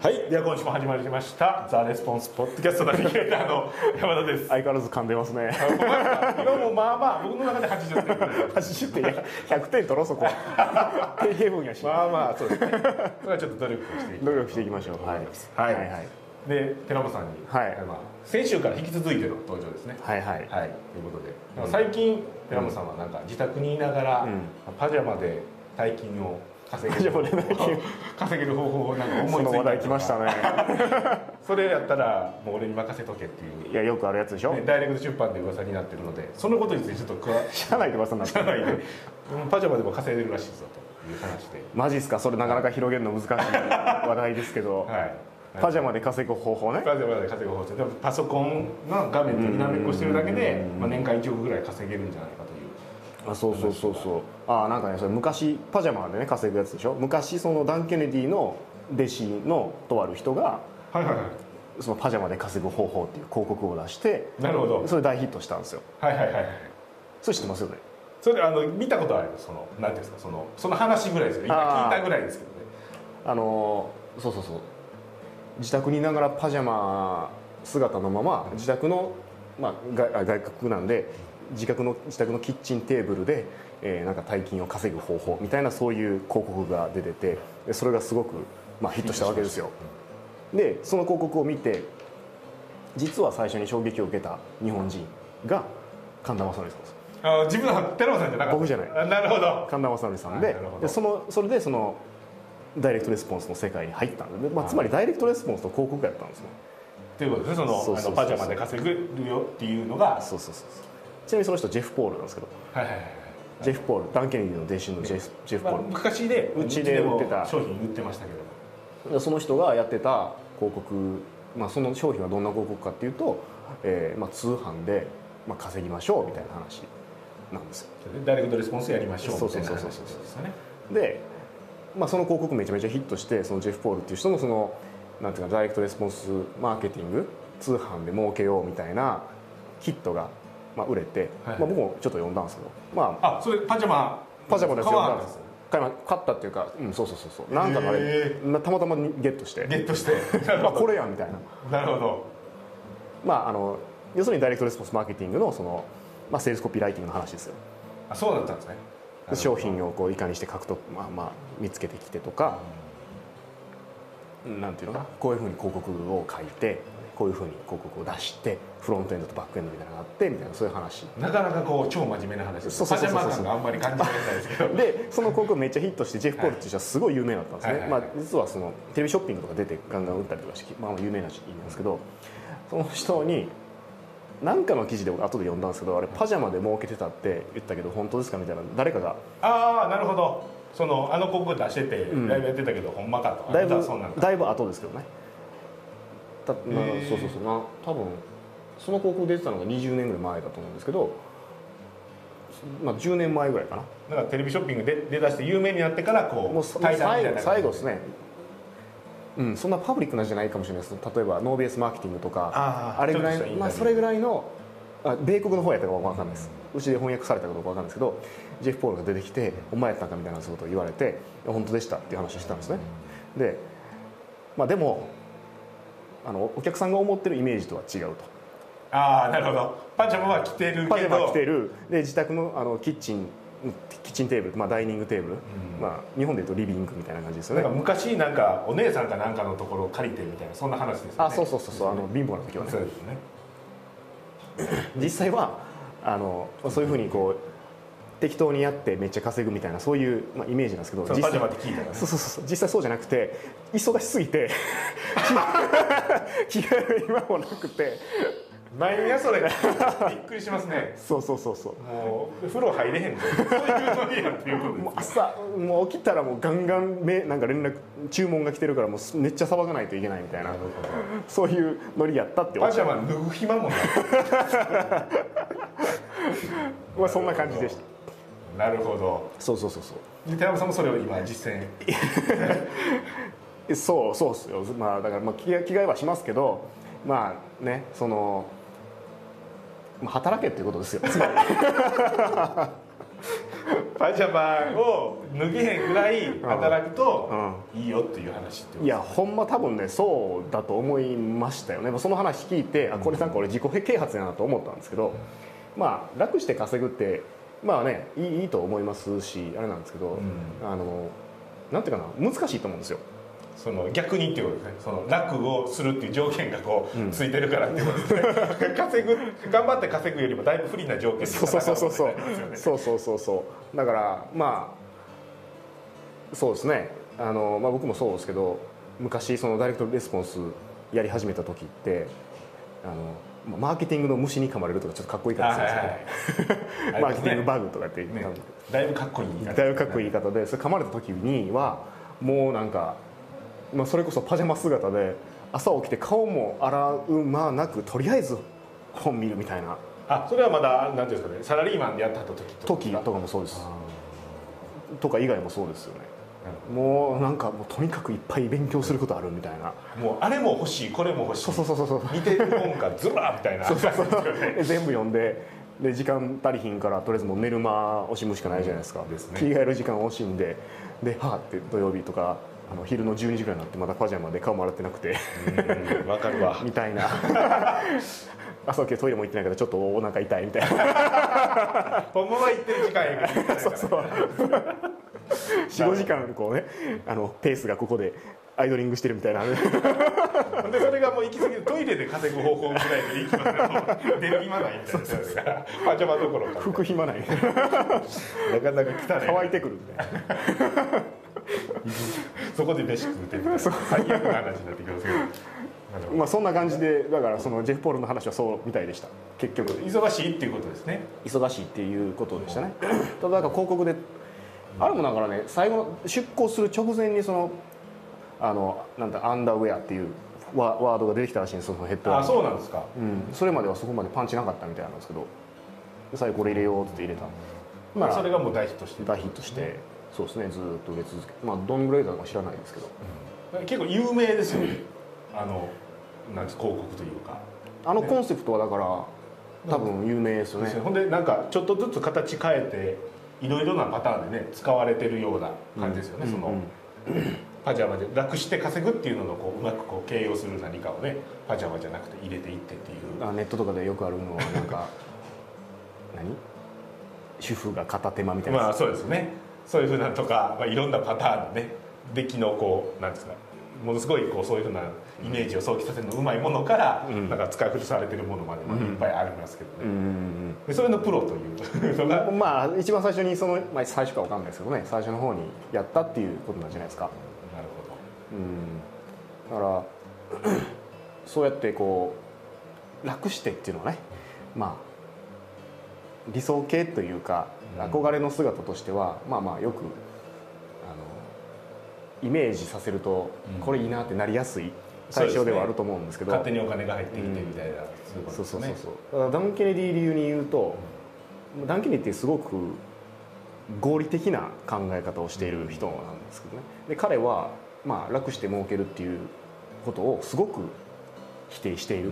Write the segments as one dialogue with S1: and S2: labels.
S1: は今週も始まりました「ザ・レスポンスポッドキャストナビゲーター の山田です
S2: 相変わらず噛んでますね
S1: お前は今もまあまあ僕の中で80点ぐ らい
S2: 80点や100点取ろうそこ定型文やし
S1: まあまあそうですねそれはちょっと努力を していき
S2: 努力していきましょうはい
S1: はい
S2: はいはい
S1: で寺本さんに、
S2: はい
S1: まあ、先週から引き続いての登場ですね
S2: はいはい
S1: はい、ということで、まあ最近寺本さんはなんか自宅にいながら、
S2: う
S1: パジャマで大金を稼
S2: パジ
S1: げ
S2: ャマ
S1: る
S2: で大金
S1: 稼げる方法をなんか思
S2: そ
S1: いつ
S2: の
S1: いた
S2: 話
S1: り
S2: 題来
S1: と
S2: ま
S1: か
S2: したね
S1: それやったらもう俺に任せとけっていう
S2: いやよくあるやつでしょ
S1: ね、ダイレクト出版で噂になってるのでそのことについてちょっと詳し
S2: 社内で噂になって
S1: くない
S2: る
S1: でうんパジャマでも稼いでるらしいぞという話で、
S2: マジっすかそれなかなか広げるの難しい話題ですけど
S1: はい、
S2: パジャマで稼ぐ方法ね
S1: パジャマで稼ぐ方針でもパソコンの画面とにらめっこしてるだけで、まあ、年間1億ぐらい稼げるんじゃないかという
S2: あそうそうそうそうあなんかねそれ昔パジャマでね稼ぐやつでしょ昔そのダン・ケネディの弟子のとある人が
S1: はいはいは
S2: そのパジャマで稼ぐ方法っていう広告を出して
S1: いなるほど
S2: それ大ヒットしたんですよ
S1: はいはいはいはい
S2: それ知ってますよね
S1: それあの見たことあるそのなんていうんですかそのその話ぐらいですけど今聞
S2: あ
S1: い
S2: ー
S1: たぐらいですけどね
S2: あのーそうそうそう自宅にいながらパジャマ姿のまま自宅の、まあ、外あ外国なんで自宅の自宅のキッチンテーブルで、えーなんか大金を稼ぐ方法みたいなそういう広告が出ててでそれがすごく、まあ、ヒットしたわけですよでその広告を見て実は最初に衝撃を受けた日本人が神田正則さんです
S1: あ自分の寺本さんじゃなかった
S2: 僕じゃない
S1: あなるほど
S2: 神田正則さんで,、
S1: はいなるほど
S2: でそのそれでそのダイレクトレスポンスの世界に入ったんで、まあ、つまりダイレクトレスポンスと広告やったんですよ
S1: ということですねその
S2: そうそうそうそう
S1: あのパジャマで稼ぐよっていうのが
S2: そうそうそうそうちなみにその人ジェフ・ポールなんですけど
S1: はいはいはい
S2: ジェフ・ポールダンケネディの弟子のジェフジェフ・ポ
S1: まあ、
S2: ール、
S1: 昔で
S2: うちで売ってた
S1: うちでも商品売ってましたけども
S2: でその人がやってた広告、まあ、その商品はどんな広告かっていうと、えーまあ、通販で、まあ、稼ぎましょうみたいな話なんですよ
S1: ダイレクトレスポンスやりましょうみたいな
S2: そう
S1: 話
S2: そう
S1: です
S2: そうそう
S1: よね
S2: で、まあ、その広告めちゃめちゃヒットしてそのジェフ・ポールっていう人のそのなんていうかダイレクトレスポンスマーケティング通販で儲けようみたいなヒットが、まあ、売れて、
S1: はい
S2: まあ、僕もちょっと読んだんですけど、まあ、
S1: あそれパジャマ
S2: パジャマです
S1: 買わなか
S2: よ
S1: ったんですよ
S2: 買いま買ったっていうか、うん、そうそうそうそうなんかあれ
S1: へ
S2: たまたまにゲットして
S1: ゲットして
S2: あこれやんみたいな
S1: なるほど
S2: まああの要するにダイレクトレスポンスマーケティングのその、まあ、セールスコピーライティングの話ですよ
S1: あそうだったんですね
S2: で商品をこういかにして獲得、まあまあ、見つけてきてとか、なんていうのかなこういうふうに広告を書いてこういうふうに広告を出してフロントエンドとバックエンドみたいなのがあってみたいなそういう話
S1: なかなかこう超真面目な話です
S2: そうそうそうそう
S1: パジャマ感があんまり感じられないですけど
S2: でその広告めっちゃヒットしてジェフ・ポールっていう人はすごい有名だったんですね、
S1: はいはいはい
S2: まあ、実はそのテレビショッピングとか出てガンガン打ったりとかして、まあ、有名な人なんですけどその人に何かの記事で俺後で読んだんですけどあれパジャマで儲けてたって言ったけど本当ですかみたいな誰かが
S1: ああなるほどそのあの広告出してて
S2: ん
S1: ライブやってたけど、ほんまかと
S2: だい
S1: あな
S2: ぶ
S1: たはそんなのか
S2: だいぶ後ですけどねたな
S1: へー
S2: そうそうそうな多分その広告出てたのが20年ぐらい前だと思うんですけど、まあ、10年前ぐらいかな
S1: なんかテレビショッピングで出だして有名になってからこう
S2: もうそ
S1: 対談みたい
S2: 最後
S1: な感
S2: 最後で
S1: じ
S2: すねうんそんなパブリックなじゃないかもしれないです例えばノーベースマーケティングとか
S1: あー
S2: あれぐら
S1: ちょっとした
S2: い
S1: インタビュー
S2: まあ、それぐらいのあ米国の方やったかわかんないですうちで翻訳されたかどうかわかんないですけどジェフ・ポールが出てきて「お前やったんか」みたいなそういうことを言われて「いや本当でした」っていう話をしたんですねで、まあ、でもあのお客さんが思ってるイメージとは違うと
S1: ああなるほどパジャマは着てる
S2: パ
S1: け
S2: ジャ
S1: ど
S2: マ着てるで自宅のあのキッチンキッチンテーブル、まあ、ダイニングテーブル、まあ、日本でいうとリビングみたいな感じですよ
S1: なん
S2: ね
S1: か昔なんかお姉さんかなんかのところを借りてみたいなそんな話ですよね
S2: あそうそうそうそうあの貧乏な時はね
S1: そうですね
S2: 実際はあのそういうふうにこう適当にやってめっちゃ稼ぐみたいなそういう、まあ、イメージなんですけど
S1: そう
S2: 実
S1: パジ
S2: 際
S1: ャマって聞いたらね
S2: そうそうそう実際そうじゃなくて忙しすぎて 気軽に今もなくて
S1: 何やそれびっくりしますね
S2: そうそうそうそう
S1: もう風呂入れへんのそういうのにやっていうことです
S2: もう朝もう起きたらもうガンガンめなんか連絡注文が来てるからもうすめっちゃさばかないといけないみたいなそういうノリやったっておっ
S1: パ
S2: し
S1: ジ
S2: ゃ
S1: ャマ脱ぐ暇もない
S2: まあそんな感じでした
S1: なるほど
S2: そうそうそうそう
S1: で寺山さんもそれを今実践
S2: えそうそうっすよまあだからまあ着替え着替えはしますけどまあねそのまあ働けっていうことですよつまり
S1: パジャマを脱げへんぐらい働くと
S2: うん
S1: いいよっていう話ってこと
S2: いやほんま多分ねそうだと思いましたよねその話聞いてあこれなんか俺自己啓発やなと思ったんですけどまあ楽して稼ぐってまあねいいいいと思いますしあれなんですけど、
S1: うん
S2: あのなんていうかな難しいと思うんですよ
S1: その逆にっていうことですねその楽をするっていう条件がこうついてるからっていうことですね、稼ぐ頑張って稼ぐよりもだいぶ不利な条件で
S2: そう
S1: 働
S2: そう
S1: か
S2: そ
S1: な
S2: うそうそう
S1: きゃいけないですよね
S2: そうそうそうそうだからまあそうですねあの、まあ、僕もそうですけど昔そのダイレクトレスポンスやり始めた時ってあのまあマーケティングの虫に噛まれるとかちょっとかっこいい
S1: あ
S2: 感
S1: は
S2: じ
S1: い
S2: で
S1: は
S2: すけど
S1: いはい
S2: マーケティング
S1: あ
S2: バグとかって
S1: り
S2: 言
S1: ま
S2: っ
S1: す
S2: た
S1: ねねだい
S2: の
S1: ぶかっこいい言い方
S2: だいぶかっこいい言い方でそれ噛まれた時にはもうなんか、まあ、それこそパジャマ姿で朝起きて顔も洗う間なくとりあえず本見るみたいな
S1: あそれはまだなんていうんですかねサラリーマンでやってはった時と
S2: 時とかもそうですとか以外もそうですよね
S1: なる
S2: もうなんかもうとにかくいっぱい勉強することあるみたいな
S1: もうあれも欲しいこれも欲しい
S2: そうそうそうそうそう
S1: 似てる本がずらーみたいな
S2: で全部読んでで時間足りひんからとりあえずもう寝る間惜しむしかないじゃないですか、
S1: ですね
S2: 着替える時間惜しんでではあって土曜日とかあの昼の12時ぐらいになってまだパジャマで顔も洗ってなくて
S1: うんわかるわ
S2: みた いな朝起きてトイレも行ってないからちょっとお腹痛いみたいな
S1: ほんまは行ってる時間やけど
S2: そうそう45時間こうねあのペースがここでアイドリングしてるみたいな
S1: ほんでそれがもう行き過ぎてトイレで稼ぐ方法ぐらいで行きますね出る暇ないみたいなやつだからパジャマどころか
S2: 服暇ない
S1: なかなか来た
S2: 乾いてくるみたいな。
S1: そこで飯食うてみたいな最悪な話になってきますけどなるほ
S2: まあそんな感じでだからそのジェフ・ポールの話はそうみたいでした結局
S1: ど忙しいっていうことですね
S2: 忙しいっていうことで したねただなんか広告であれもだからね最後の出航する直前にそのあのなんだアンダーウェアっていうワワードが出てきたらしいんですそのヘッド
S1: あ
S2: ライン
S1: そうなんですか
S2: うん、それまではそこまでパンチなかったみたいなんですけど最後これ入れようって入れたま
S1: それ
S2: あ
S1: がもう大ヒットして
S2: 大ヒットしてそうですねずーっと売れ続けまあどんぐらいだか知らないですけど
S1: 結構有名ですよねあのなんて広告というか
S2: あのコンセプトはだから多分有名ですよね
S1: ほんでなんかちょっとずつ形変えていろいろなパターンでね使われてるような感じですよね、その、
S2: うん
S1: パジャマで楽して稼ぐっていうののこううまくこう形容する何かをねパジャマじゃなくて入れていってっていう
S2: あネットとかでよくある のはなんか何主婦が片手間みたいなや
S1: まあ
S2: つ、
S1: そうですねそういうふうなとか、まあ、いろんなパターンでね出来のこうなんですかものすごいこうそういうふうなイメージを想起させるのうまいものから、
S2: うん
S1: なんか使い古されてるものまでもいっぱいありますけどね、
S2: うん
S1: でそれのプロというのが
S2: うんうんまあ一番最初にその、まあ、最初かわかんないですけどね最初の方にやったっていうことなんじゃないですか
S1: なるほど
S2: うんだから そうやってこう楽してっていうのはねまあ理想形というか
S1: うん
S2: 憧れの姿としては、まあまあよくあのイメージさせると、
S1: うん
S2: これいいなってなりやすい
S1: そう
S2: 対
S1: ですね
S2: 象ではあると思うんですけど
S1: 勝手にお金が入ってきてみたいな、そういうこと
S2: そう
S1: です
S2: そう
S1: ね
S2: そうそうだからダン・ケネディ理由に言うと、ダン・ケネディってすごく合理的な考え方をしている人なんですけどねで彼は、まあ、楽して儲けるっていうことをすごく否定している、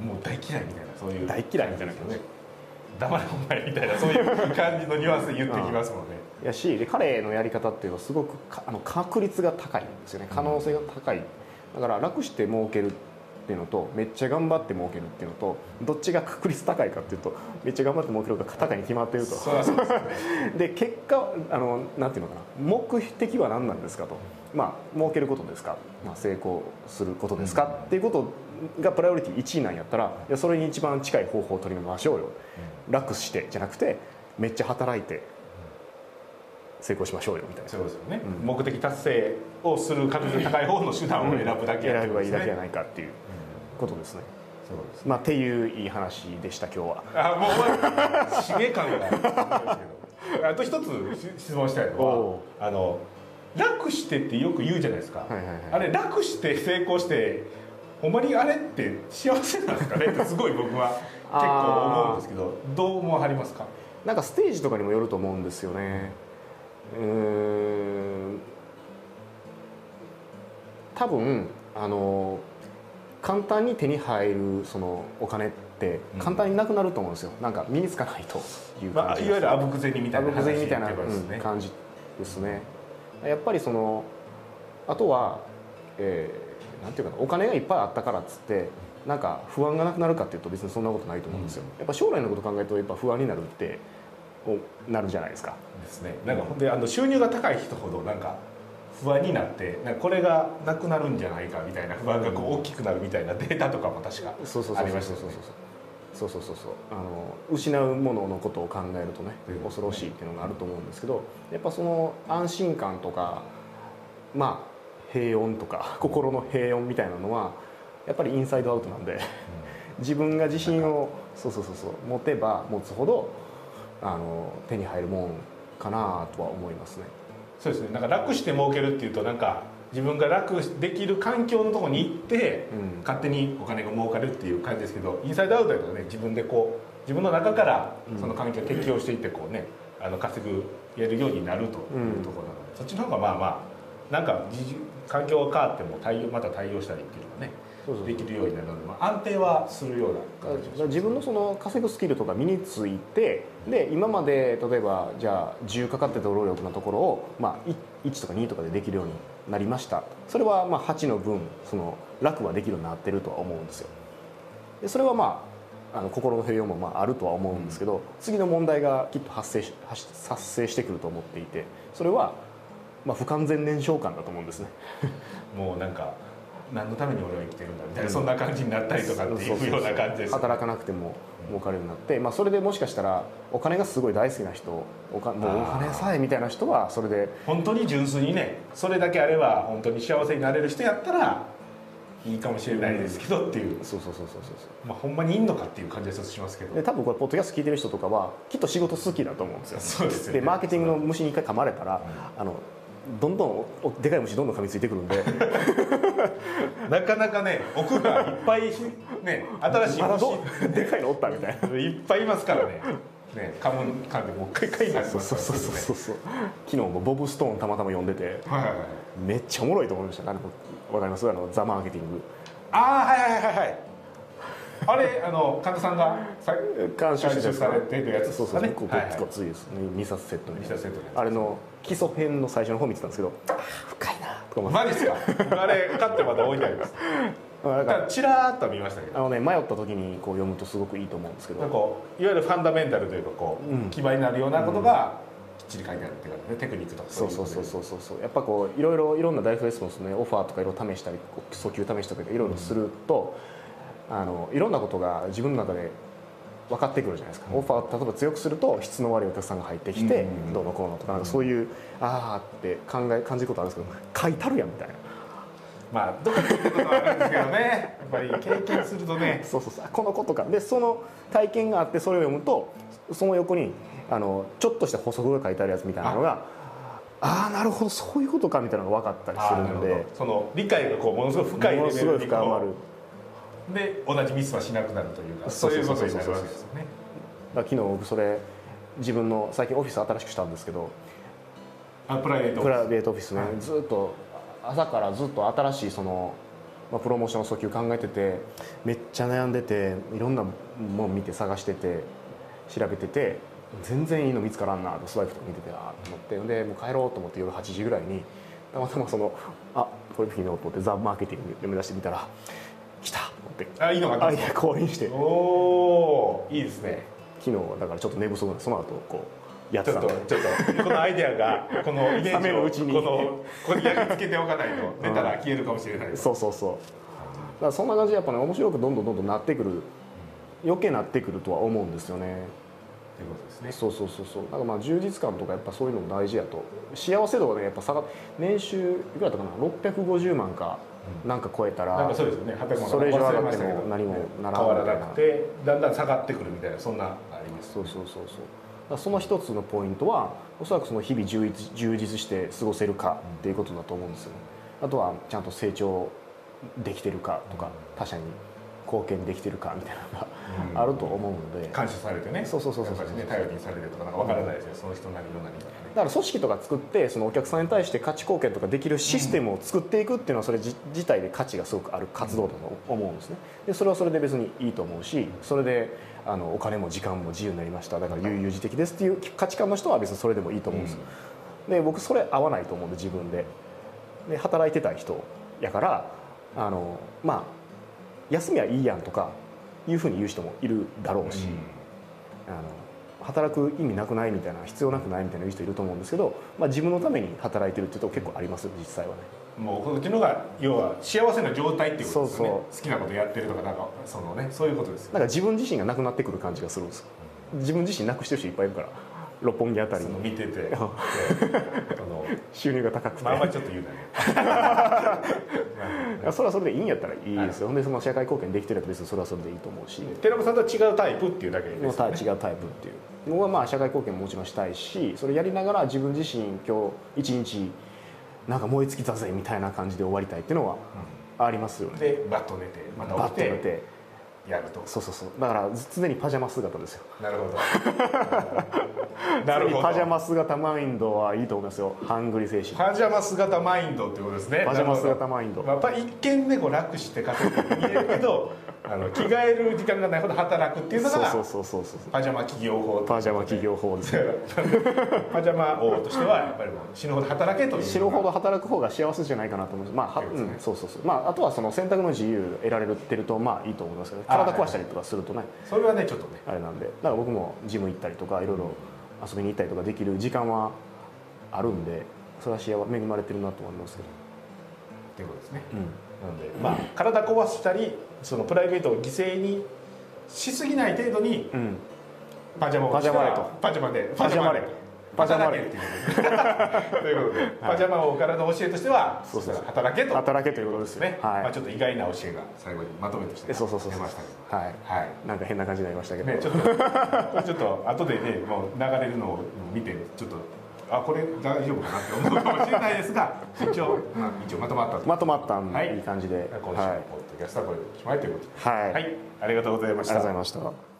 S1: もう大嫌いみたいなそういう
S2: 大嫌いみたいな感じ
S1: 黙れお前みたいなそういう感じのニュアンスで言ってきますもんね
S2: やしで彼のやり方っていうのはすごくかあの確率が高いんですよね可能性が高い、だから楽して儲けるっていうのとめっちゃ頑張って儲けるっていうのとどっちが確率高いかっていうとめっちゃ頑張って儲ける方が高いに決まってると
S1: そりゃそうですよね
S2: で結果あのなんていうのかな目的は何なんですかとまあ儲けることですか、まあ、成功することですか、っていうことがプライオリティ1位なんやったらいやそれに一番近い方法を取りましょうよ、楽してじゃなくてめっちゃ働いて成功しましょうよみたいな
S1: そうですよね、
S2: うん
S1: 目的達成をする確率が高い方の手段を選ぶだけやって
S2: 選
S1: ことで
S2: べばいい
S1: す
S2: だけじゃ
S1: ね
S2: ないかっていうことですね、
S1: そうです
S2: まあ、っていういい話でした今日は。
S1: あもう 終わり締め感がすごいですけどあと一つ質問したいのは
S2: お
S1: あの楽してってよく言うじゃないですか、
S2: はいはいはい
S1: あれ楽して成功してほんまにあれって幸せなんですか ねってすごい僕は結構思うんですけどどう思われますか
S2: なんかステージとかにもよると思うんですよねうーん多分あの簡単に手に入るそのお金っって簡単になくなると思うんですよなんか身につかないという
S1: ま
S2: 感
S1: あ、
S2: じ
S1: い
S2: が
S1: わゆるあぶく銭みたいな
S2: 家族みたいな、
S1: 話にってます
S2: うん
S1: ね、
S2: 感じですねやっぱりそのあとは、えーなんていうかなお金がいっぱいあったからっつってなんか不安がなくなるかっていうと別にそんなことないと思うんですよ、やっぱ将来のこと考えるとやっぱ不安になるってこうなるじゃないですか
S1: ですねなんかほんであの収入が高い人ほどなんか不安になってなんかこれがなくなるんじゃないかみたいな不安がこう大きくなるみたいなデータとかも確か
S2: そうそうそう
S1: あ
S2: そう
S1: り
S2: そ
S1: ま
S2: うそ
S1: し
S2: う
S1: たよね
S2: そうそうそうそうあの失うもののことを考えるとね
S1: うん
S2: 恐ろしいっていうのがあると思うんですけどやっぱその安心感とかまあ平穏とか心の平穏みたいなのはやっぱりインサイドアウトなんで自分が自信をそうそうそうそう持てば持つほどあの手に入るもんかなとは思いますね。
S1: そうですねなんか楽して儲けるっていうとなんか自分が楽できる環境のとこに行って、
S2: うん
S1: 勝手にお金が儲かるっていう感じですけどインサイドアウトだとね自分でこう自分の中からその環境を適応していってこうねあの稼ぐやるようになるというところなので、そっちの方がまあまあなんか自重環境が変わっても対応また対応したりっていうのがね
S2: そうそう
S1: できるようになるので、まあ、安定はするような
S2: だ
S1: 形
S2: か
S1: をし
S2: ら
S1: ます
S2: 自分のその稼ぐスキルとか身についてで今まで例えばじゃあ10かかってた労力のところを、まあ、い1とか2とかでできるようになりましたそれはまあ8の分その楽はできるようになってるとは思うんですよでそれはまああの心の平穏もまああるとは思うんですけど、次の問題がきっと発生し発発生してくると思っていてそれはまあ不完全燃焼感だと思うんですね
S1: もうなんか何のために俺は生きてるんだみたいな、そんな感じになったりとかっていうような感じですよね
S2: 働かなくても儲かるようになって、まあ、それでもしかしたらお金がすごい大好きな人おかもうお
S1: あー
S2: 金さえみたいな人はそれで
S1: 本当に純粋にねそれだけあれば本当に幸せになれる人やったらいいかもしれないですけどっていう、
S2: そうそうそうそうそう
S1: まあ、ほんまにいんのかっていう感じはちょっとしますけど
S2: で多分これポッドキャスト聞いてる人とかはきっと仕事好きだと思うんですよ
S1: そうですよね
S2: でマーケティングの虫に一回噛まれたら、あのどんどんおでかい虫どんどん噛みついてくるんで
S1: なかなかね奥がいっぱいね新しい
S2: まだ
S1: 虫
S2: どうでかいのおったみた いな
S1: いっぱいいますからねね噛む噛んでもう一回噛いになり
S2: そう
S1: ます
S2: そう
S1: から
S2: そうそうそうそう昨日もボブ・ストーンたまたま呼んでて
S1: はいはいはい
S2: めっちゃおもろいと思いましたあのわかりますあのザ・マーケティング
S1: ああはいはいはいはいあれあの神田さんがさ
S2: 監修してたや
S1: 監修
S2: つか
S1: されてるやつですかね
S2: そうそうそうこう
S1: はいはい
S2: ごっついですね2冊セットみたいな
S1: 二冊セットのやつ
S2: あれの基礎編の最初の方見てたんですけどあー深いなとか思って
S1: マジですかあれ買ってまた置いてあります
S2: あな
S1: だ
S2: ん
S1: か
S2: から
S1: チラーっと見ましたけど
S2: あのね迷った時にこう読むとすごくいいと思うんですけ
S1: なん
S2: ど
S1: かいわゆるファンダメンタルというかこう、
S2: うん
S1: 基盤になるようなことがきっちり書いてあるっていうかねテクニックとか
S2: そうそうそうそううそうそうやっぱこういろいろいろんなダイレクトレスポンスねオファーとかいろいろ試したりこう訴求試したりとかいろいろすると、あのいろんなことが自分の中で分かってくるじゃないですか、オファーを例えば強くすると質の悪いお客さんが入ってきて、
S1: うんうんうん
S2: どうのこうのとかなんかそういうああって考え感じることあるんですけど書いたるやんみたいな
S1: まあどうかってことはあるんですけどねやっぱり経験するとね
S2: そうそうそうあこのことかでその体験があってそれを読むとその横にあのちょっとした補足が書いてあるやつみたいなのがああーなるほどそういうことかみたいなのが分かったり
S1: あ
S2: す
S1: ーな
S2: る
S1: る
S2: の
S1: ほ
S2: で
S1: どその理解がこうものすごい深いレ
S2: も
S1: ベ
S2: の
S1: ル
S2: すごい
S1: に
S2: 深まる
S1: こうで同じミスはしなくなるというかそ
S2: そ
S1: ううい
S2: そ
S1: うう
S2: そ
S1: こ
S2: う
S1: と
S2: そ
S1: に
S2: う
S1: なるわけですよね
S2: だから昨日僕それ自分の最近オフィス新しくしたんですけど
S1: あプライベート
S2: プライベートオフィスね、
S1: はい
S2: ずっと朝からずっと新しいその、まあ、プロモーションの訴求考えててめっちゃ悩んでていろんなもん見て探してて調べてて全然いいの見つからんなとスワイプとか見ててあーと思ってでもう帰ろうと思って夜8時ぐらいにたまたまその「あこれいいの?」と思って「ザ・マーケティング」読み出してみたら「来た!」と思って
S1: あいいのがあ
S2: あ
S1: っ
S2: いや降臨して
S1: たおーいいですね
S2: 昨日はだからちょっと寝不足なんでその後こうやっ
S1: ち
S2: て
S1: ょ
S2: た
S1: っ
S2: ん
S1: とち
S2: で
S1: ょっとこのアイデアがこのイメー
S2: 冷め
S1: ジ
S2: る
S1: を
S2: うちに
S1: このここに焼き付けておかないと出たら消えるかもしれないです
S2: そうそうそうだからそんな感じでやっぱね面白くどんどんどんどんなってくる余計なってくるとは思うんですよね
S1: ということですね
S2: そうそうそうそうだからまあ充実感とかやっぱそういうのも大事やと幸せ度がねやっぱ下が年収いくらだったかな650万かなんか超えたら、
S1: なんかそうですよね、800万
S2: それ以上上
S1: 忘
S2: が
S1: ま
S2: って
S1: し
S2: も
S1: たけど
S2: 何もならん
S1: 変わらなくて、だんだん下がってくるみたいな、そんなあります。
S2: そうそうそうそうだからその一つのポイントはおそらくその日々充実充実して過ごせるかっていうことだと思うんですよねあとはちゃんと成長できてるかとか他者に貢献できてるかみたいなのがあると思うので、
S1: 感謝されてね
S2: そうそうそうそう
S1: やっぱりね頼りにされてとかなんか分からないですよ、その人なりの何かね
S2: だから組織とか作ってそのお客さんに対して価値貢献とかできるシステムを作っていくっていうのはそれ自自体で価値がすごくある活動だと思うんですねでそれはそれで別にいいと思うしそれであのお金も時間も自由になりましただから悠々自適ですっていう価値観の人は別にそれでもいいと思うんですよで僕それ合わないと思うんで自分でで働いてた人やからあのまあ休みはいいやんとかいうふうに言う人もいるだろうし、あの働く意味なくないみたいな必要なくないみたいな人いると思うんですけど、まあ、自分のために働いてるっていうとこ結構ありますよ実際はね
S1: もうこっちの方が要は幸せな状態っていうことですよね
S2: そう
S1: 好きなことやってるとかなんかそのねそういうことですよ
S2: なんか自分自身がなくなってくる感じがするんですよ自分自身なくしてる人いっぱいいるから六本木あたり
S1: その
S2: の
S1: 見てて であの
S2: 収入が高くて、
S1: まああんまりちょっと言うなね
S2: いやそれはそれでいいんやったらいいですよ、でその社会貢献できてるやったら別にそれはそれでいいと思うし、
S1: 寺本さんとは違うタイプっていうだけですよ
S2: の
S1: ね
S2: タイ違うタイプっていうのはまあ社会貢献ももちろんしたいしそれやりながら自分自身今日一日なんか燃え尽きたぜみたいな感じで終わりたいっていうのはありますよね、
S1: でバッと寝てまた
S2: バッ
S1: 起
S2: と寝
S1: きて
S2: て
S1: やると
S2: そうそうそうだから常にパジャマ姿ですよ
S1: なる ほど なるほど
S2: 常にパジャマ姿マインドはいいと思いますよハングリ精神
S1: パジャマ姿マインドってことですね
S2: パジャマ
S1: なるほど
S2: 姿マインド
S1: まあやっぱ一見ねこう楽して稼ぐって見えるけ どあの着替える時間がないほど働くっていうの
S2: そうそ
S1: が
S2: うそうそうそう
S1: パジャマ企業法
S2: パジャマ企業法ですね
S1: パジャマ王としてはやっぱりもう死ぬほど働けという
S2: 死ぬほど働く方が幸せじゃないかなと思います、まあは
S1: そうですね
S2: うん、そうそうそうまああとはその選択の自由得られてるとまあいいと思いますけど、ね、体壊したりとかするとね、
S1: それはねちょっとね
S2: あれなんでだから僕もジム行ったりとかいろいろ遊びに行ったりとかできる時間はあるんでそれは幸せ恵まれてるなと思いますけど、
S1: っていうことですね
S2: うん、
S1: なのでまあ体壊したりそのプライベートを犠牲にしすぎない程度に
S2: うん、
S1: パジャマを着たらパジャマで
S2: パジャマで
S1: パジャマでっていう ことでということでパジャマをからの教えとしては
S2: そうそうそう
S1: 働けと
S2: 働けということですよ
S1: ね、
S2: はい
S1: まあちょっと意外な教えが最後にまとめとして
S2: え
S1: 出
S2: そうそうそうそう
S1: ましたけど
S2: はい
S1: はい
S2: なんか変な感じになりましたけど、
S1: ね、ちょっと これちょっと後でねもう流れるのを見てちょっとあこれ大丈夫かなって思うかもしれないですが 一応、まあ、一応まとまったと、
S2: まとまったんで、
S1: はい
S2: いい感じで、はい、
S1: 今週のポッドキャストはこれでおしまいということで
S2: はい、あ
S1: はい、ありがとうございまし
S2: りがと
S1: た
S2: うございました。